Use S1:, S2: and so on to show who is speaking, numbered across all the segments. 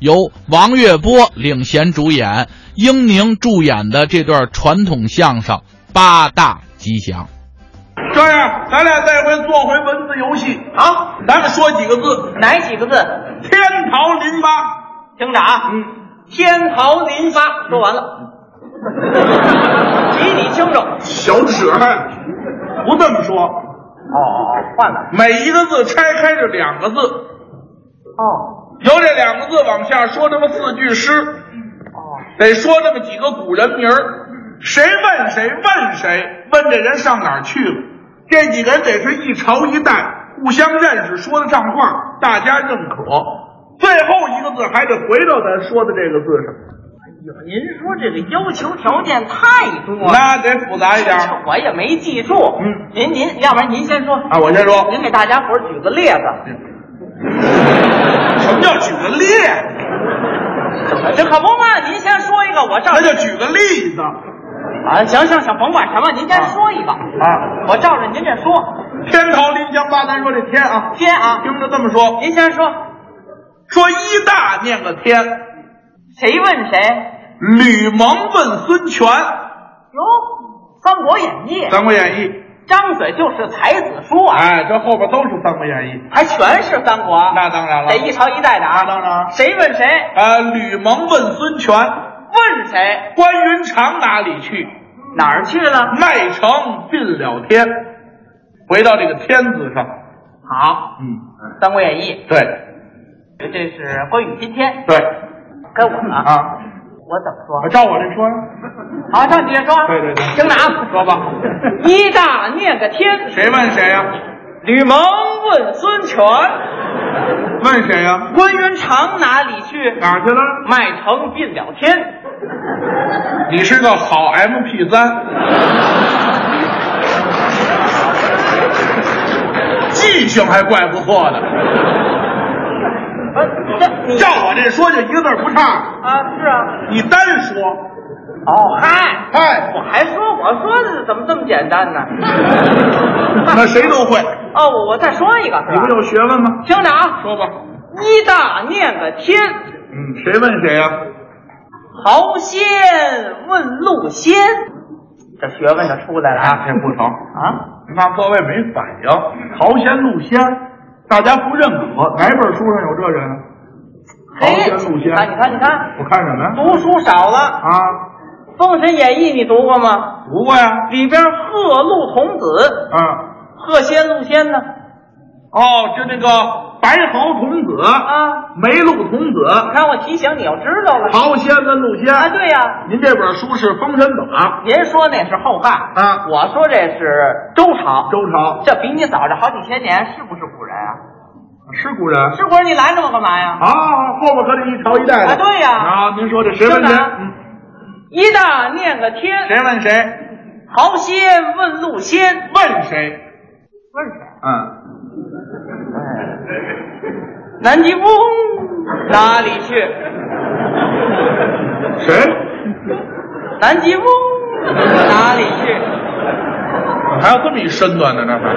S1: 由王月波领衔主演，英宁助演的这段传统相声《八大吉祥》。
S2: 这样，咱俩这回做回文字游戏啊！咱们说几个字：
S3: 哪几个字？
S2: 天桃林八。
S3: 听着啊，嗯，天桃林发，说完了。
S2: 嗯
S3: 比你清楚，
S2: 小扯汉，不这么说。
S3: 换了。
S2: 每一个字拆开是两个字，
S3: 哦，
S2: 由这两个字往下说这么四句诗，得说这么几个古人名儿。谁问谁问谁，问这人上哪儿去了？这几个人得是一朝一代，互相认识，说得上话，大家认可。最后一个字还得回到咱说的这个字上，
S3: 您说这个要求条件太多了，
S2: 那得复杂一点儿
S3: 我也没记住。
S2: 嗯，
S3: 您您，要不然您先说，
S2: 啊！我先说，
S3: 您给大家伙儿举个例
S2: 嗯
S3: 子。
S2: 什么叫举个例？
S3: 这可不嘛，您先说一个，我照
S2: 那
S3: 着。
S2: 叫举个例子
S3: 啊，行行行，甭管什么，您先说一个，
S2: 啊！
S3: 我照着您这说。
S2: 天桃林江八，咱说这天啊，
S3: 天啊，
S2: 听着这么说，
S3: 您先说，
S2: 说一大念个天，
S3: 谁问谁？
S2: 吕蒙问孙权，《
S3: 哟，《三国演义》
S2: 三国演义》。
S3: 张嘴就是才子书啊，
S2: 哎，这后边都是《三国演义》。
S3: 还全是三国。
S2: 那当然了
S3: 得一朝一代的啊。
S2: 当然
S3: 谁问谁？
S2: 呃，吕蒙问孙权，
S3: 问谁？
S2: 关云长哪里去？
S3: 哪儿去了？
S2: 麦城进了天。回到这个“天”字上，
S3: 好，
S2: 嗯，
S3: 《三国演义
S2: 对》
S3: 这是关羽今天
S2: 对
S3: 该我了，
S2: 啊，
S3: 我怎么说？
S2: 照我这说呀，
S3: 好，上你说。
S2: 对对对
S3: 听着啊，
S2: 说吧。
S3: 一大念个天，
S2: 谁问谁呀、
S3: 吕蒙问孙权，
S2: 问谁呀、
S3: 关云长哪里去？
S2: 哪儿去了？
S3: 麦城进了天，
S2: 你是个好 MP 三，记性还怪不错的。
S3: 不是呃这你
S2: 照我这说，就一个字儿不差。
S3: 啊是啊，
S2: 你单说，
S3: 哦嗨，
S2: 嗨，
S3: 我还说我说的怎么这么简单呢？
S2: 那谁都会。
S3: 哦，我我再说一个，是
S2: 你
S3: 吧
S2: 不？有学问吗？
S3: 听着啊，
S2: 说吧。
S3: 一大念个天，
S2: 嗯，谁问谁呀、
S3: 豪仙问路仙，这学问就出来了啊！
S2: 这不成，
S3: 啊，
S2: 那各位没反应。陶仙陆仙，大家不认可，哪本书上有这人？啊豪
S3: 嘿，
S2: 仙陆仙
S3: 啊你看，你看，
S2: 我看什么呀？
S3: 读书少了，
S2: 啊，
S3: 《封神演义》你读过吗？
S2: 读过呀。
S3: 里边贺陆童子，
S2: 啊，
S3: 贺仙陆仙呢？
S2: 哦，就那个白毫童子，
S3: 啊，
S2: 梅鹿童
S3: 你
S2: 子，
S3: 看我提醒你，我知道了。
S2: 陶仙跟陆
S3: 啊，
S2: 仙。
S3: 对呀、
S2: 您这本书是《封神榜》
S3: 您说那是后汉
S2: 啊
S3: 我说这是周朝，
S2: 周朝
S3: 这比你早着好几千年，是不是古人啊？
S2: 是古人。
S3: 是古人，你拦着我干嘛呀？
S2: 啊，后边可得一朝一代的
S3: 啊对呀
S2: 啊，您说这谁问谁
S3: 真的？啊
S2: 嗯
S3: 一大念个天，
S2: 谁问谁？
S3: 豪仙问路仙，
S2: 问谁？
S3: 问谁？
S2: 嗯。
S3: 南极 翁哪里去？
S2: 谁？
S3: 南 极翁哪里去？
S2: 还有这么一身段呢？那还？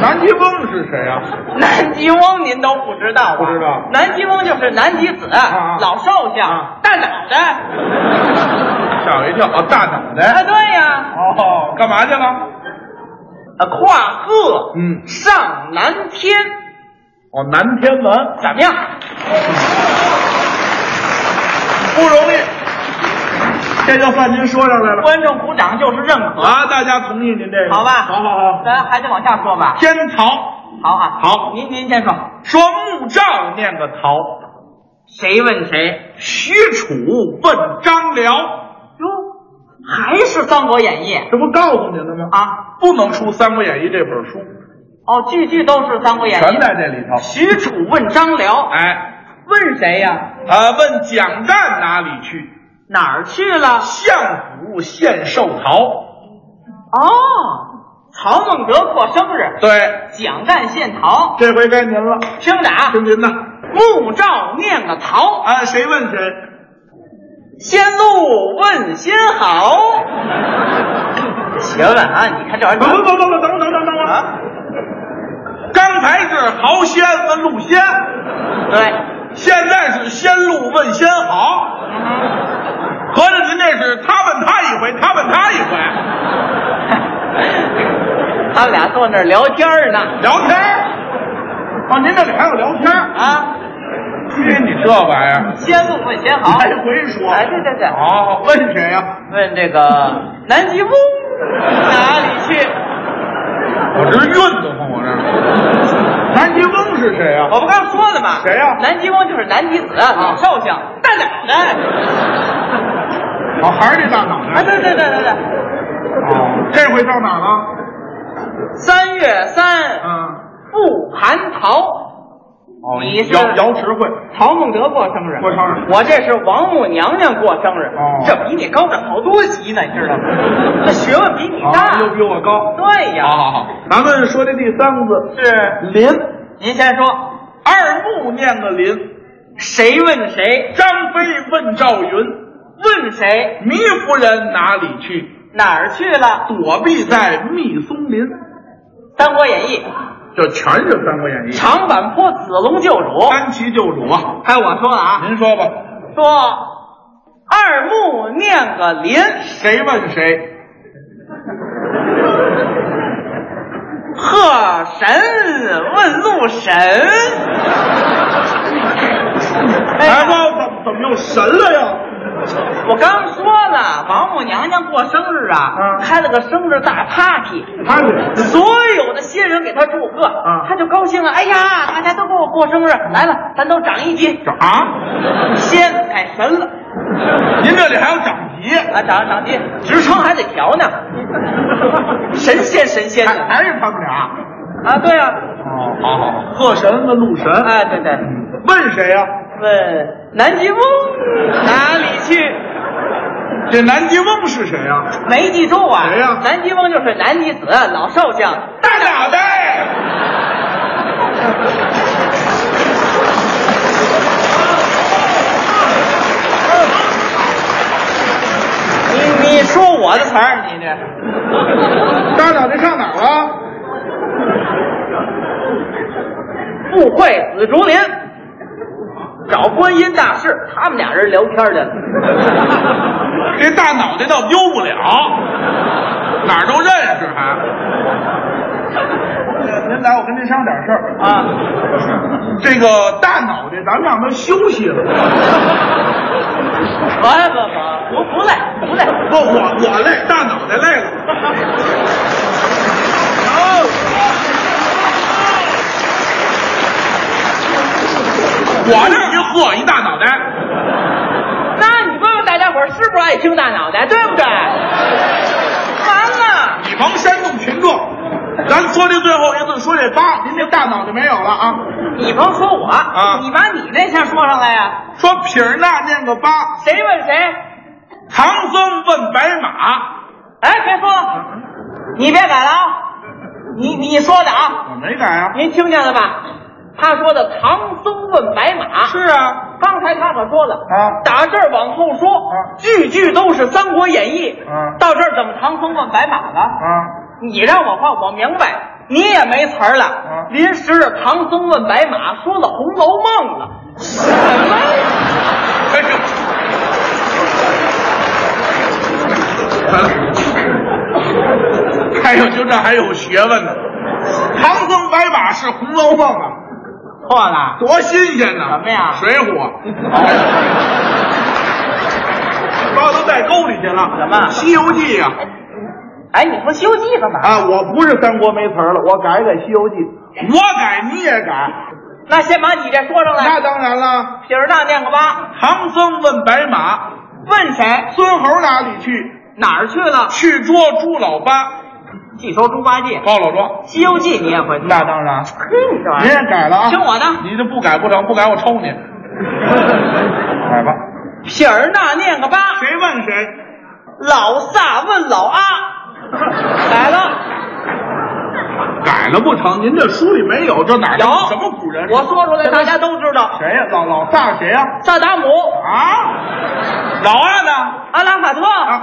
S2: 南极翁是谁啊？
S3: 南极翁您都不知道啊？
S2: 不知道
S3: 南极翁就是南极子，
S2: 啊
S3: 老少相，
S2: 啊
S3: 大脑袋。
S2: 吓我一跳！啊，大脑
S3: 啊，
S2: 袋。
S3: 对呀、
S2: 哦，干嘛去了？
S3: 啊，跨鹤
S2: 嗯，
S3: 上南天，
S2: 哦，南天门，
S3: 怎么样？
S2: 不容易。这就算您说上来了
S3: 观众鼓掌就是认可。
S2: 啊！大家同意您这个？
S3: 好吧
S2: 好好好。
S3: 咱还得往下说吧。
S2: 天桃，
S3: 好啊，
S2: 好
S3: 您您先说，
S2: 说木杖念个桃，
S3: 谁问谁？
S2: 许褚问张辽，
S3: 哟，还是《三国演义》
S2: 这不告诉您了吗？
S3: 啊？
S2: 不能出《三国演义》这本书，
S3: 哦，句句都是《三国演义》。
S2: 全在这里头。
S3: 许褚问张辽，
S2: 哎，
S3: 问谁呀？
S2: 啊，问蒋干哪里去？
S3: 哪儿去了？
S2: 相府献寿桃，
S3: 哦，曹孟德过生日，
S2: 对，
S3: 蒋干献桃。
S2: 这回该您了，
S3: 听着啊，
S2: 听您的。
S3: 穆赵念个桃，
S2: 啊，谁问谁？
S3: 仙路问仙好。 学问啊，你看这玩意
S2: 等等等等等等等等啊！刚才是豪仙和陆仙，
S3: 对，
S2: 现在是先路问先好，合着您这是他问他一回，他问他一回，
S3: 他们俩坐那儿聊天儿呢
S2: 聊天儿哦，您这里还有聊天儿？
S3: 啊，
S2: 嘿，哎你这玩意儿，
S3: 先路问先好，
S2: 来回说。
S3: 哎，对对对，
S2: 好，问谁呀？
S3: 问这个南极翁哪里去？
S2: 我这晕得慌，我这。哦南极翁是谁啊呀？
S3: 我不刚说了吗？
S2: 谁呀
S3: 南极翁就是南极子，啊老寿星，大奶奶。
S2: 哦，还是这大脑
S3: 啊，
S2: 袋。
S3: 对对对对对，
S2: 哦，这回到哪儿了？
S3: 三月三
S2: 嗯，
S3: 不蟠桃，
S2: 哦，
S3: 你是
S2: 姚姚池会，
S3: 曹孟德过生日
S2: 过生日
S3: 我这是王母娘娘过生日，
S2: 哦
S3: 这比你高着好多级呢，你知道 吗？这学问比你大。
S2: 哦又比我高。
S3: 对呀，
S2: 好好好，咱们说这第三个字是林，
S3: 您先说，
S2: 二木念个林，
S3: 谁问谁？
S2: 张飞问赵云，
S3: 问谁
S2: 糜夫人哪里去？
S3: 哪儿去了？
S2: 躲避在密松林，
S3: 《三国演义》
S2: 这全是《三国演义》。
S3: 长坂坡子龙救主。
S2: 三旗救主啊，
S3: 哎还有我说了啊，
S2: 您说吧，
S3: 说二木念个林，
S2: 谁问谁？
S3: 贺神问路神。哎
S2: 哎，
S3: 呀，
S2: 我怎么怎么又神了又？
S3: 我刚说了，王母娘娘过生日啊，
S2: 嗯
S3: 开了个生日大 party。
S2: 他是
S3: 所有的新人给他祝贺，
S2: 啊
S3: 他就高兴了。哎呀，大家都给我过生日，来了，咱都嗯长一级，
S2: 啊？
S3: 先改神了
S2: 您这里还有长级，
S3: 啊，长长级，职称还得调 呢，神仙神仙
S2: 还
S3: 的
S2: 哎还是他们俩？
S3: 啊，对啊，
S2: 哦，好好好，贺神问路神，
S3: 哎，对对，
S2: 问谁呀、
S3: 问南极翁哪里去？
S2: 这南极翁是谁呀、
S3: 没记住啊？
S2: 谁呀
S3: 南极翁就是南极子老寿星，
S2: 大脑袋。
S3: 你你说我的词儿，你这。
S2: 大脑袋上哪儿了？
S3: 富贵紫竹林，找观音大士，他们俩人聊天去了。
S2: 这大脑袋倒丢不了，哪儿都认识还。您来，我跟您商量点事儿。
S3: 啊，
S2: 这个大脑袋，咱们让他休息了。
S3: 不不不，不不累不累。
S2: 不，我我累，大脑袋累了。我这一喝一大脑袋，
S3: 那你问问大家伙儿是不是爱听大脑袋，对不对？完了，
S2: 以防煽动群众，咱说这最后一次，说这八，您这大脑袋没有了啊？
S3: 你甭说我
S2: 啊
S3: 你把你那先说上来呀、
S2: 说撇儿捺念个八，
S3: 谁问谁？
S2: 唐僧问白马，
S3: 哎，别说了，你别改了啊！你你说的啊，
S2: 我没改啊。
S3: 您听见了吧？他说的唐僧问白马
S2: 是啊，
S3: 刚才他可说了
S2: 啊
S3: 打这儿往后说，
S2: 啊
S3: 句句都是《三国演义》
S2: 啊
S3: 到这儿怎么唐僧问白马了？
S2: 啊，
S3: 你让我换，我明白，你也没词儿了。
S2: 啊
S3: 临时唐僧问白马，说了《红楼梦》了， 什么呀？
S2: 哎呦，哎呦，就这还有学问呢。唐僧白马是《红楼梦》啊，
S3: 错了，
S2: 多新鲜呐！
S3: 什么呀
S2: 水浒。把都带沟里去了。
S3: 什么
S2: 西游记》啊呀？
S3: 哎，你说《西游记》干嘛？
S2: 啊，我不是三国没词儿了，我改改《西游记》。我改你也改，
S3: 那先把你这说上
S2: 那
S3: 来。
S2: 当然了。
S3: 撇儿大念个吧，
S2: 唐僧问白马
S3: 问谁
S2: 孙猴哪里去？
S3: 哪儿去了？
S2: 去捉猪老八，
S3: 记仇猪八戒，《
S2: 高老庄。
S3: 西游记》你也会
S2: 那当然，
S3: 嘿，你这玩
S2: 您
S3: 意
S2: 也
S3: 儿，
S2: 改了啊？
S3: 听我的
S2: 你这不改不成，不改我抽 你。改吧。
S3: 撇儿那念个吧，
S2: 谁问谁？
S3: 老萨问老阿，来了，
S2: 改了不成？您这书里没有，这哪
S3: 有
S2: 有什么古人？
S3: 我说出来大家都知道，
S2: 谁呀？老老萨谁呀？
S3: 萨达姆、
S2: 啊？老二呢？
S3: 阿拉法特、
S2: 啊？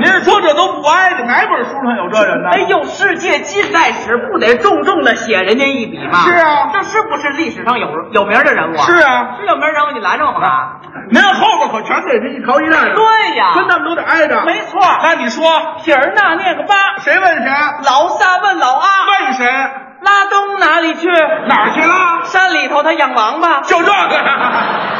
S2: 您说这都不挨着，哪本书上有这人呢？
S3: 哎呦，世界近代史不得重重的写人家一笔吗？
S2: 是啊
S3: 这是不是历史上有有名的人物？
S2: 是，啊，
S3: 是有名人物，你拦着我干嘛？
S2: 您后边可全得是一朝一代的，
S3: 对呀
S2: 跟他们都得挨着。
S3: 没错
S2: 那你说
S3: 撇儿捺念个八，
S2: 谁问谁？
S3: 老三问老阿，
S2: 问谁？
S3: 拉东哪里去？
S2: 哪儿去了？
S3: 山里头他养王八。
S2: 就这个。